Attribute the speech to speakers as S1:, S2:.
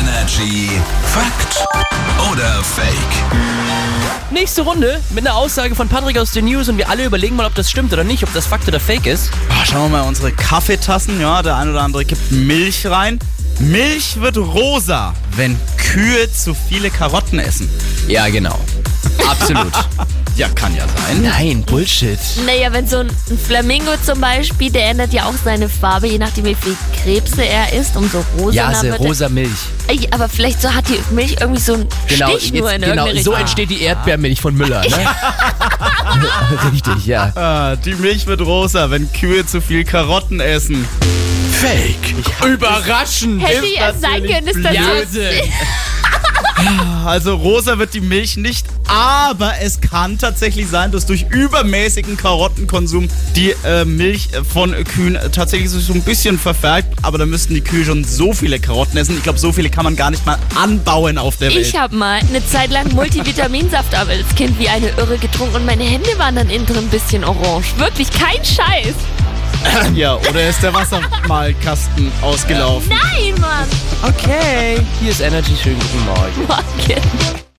S1: Energy Fakt oder Fake?
S2: Nächste Runde mit einer Aussage von Patrick aus den News und wir alle überlegen mal, ob das stimmt oder nicht, ob das Fakt oder Fake ist.
S3: Ah, schauen wir mal unsere Kaffeetassen. Ja, der ein oder andere gibt Milch rein. Milch wird rosa, wenn Kühe zu viele Karotten essen.
S2: Ja, genau. Absolut.
S3: Ja, kann ja sein.
S2: Nein, Bullshit.
S4: Naja, wenn so ein ein Flamingo zum Beispiel, der ändert ja auch seine Farbe, je nachdem wie viel Krebse er isst, umso rosa
S2: Ja, se, rosa Milch.
S4: Ey, aber vielleicht so hat die Milch irgendwie so einen Stich nur in
S2: genau
S4: irgendeine
S2: so
S4: Richtung.
S2: entsteht die Erdbeermilch von Müller, ne? Richtig, ja.
S3: Ah, die Milch wird rosa, wenn Kühe zu viel Karotten essen.
S1: Fake.
S2: Überraschend.
S4: Hätte ja sein
S3: natürlich
S4: können, ist das so.
S3: Also rosa wird die Milch nicht, aber es kann tatsächlich sein, dass durch übermäßigen Karottenkonsum die äh, Milch äh, von Kühen tatsächlich so ein bisschen verfärbt. Aber da müssten die Kühe schon so viele Karotten essen. Ich glaube, so viele kann man gar nicht mal anbauen auf der Welt.
S4: Ich habe mal eine Zeit lang Multivitaminsaft als Kind wie eine Irre getrunken und meine Hände waren dann innen drin ein bisschen orange. Wirklich, kein Scheiß.
S3: ja, oder ist der Wassermalkasten ausgelaufen?
S4: Nein, Mann.
S2: Okay. Hier ist Energy. Schönen guten Morgen.
S4: Morgen.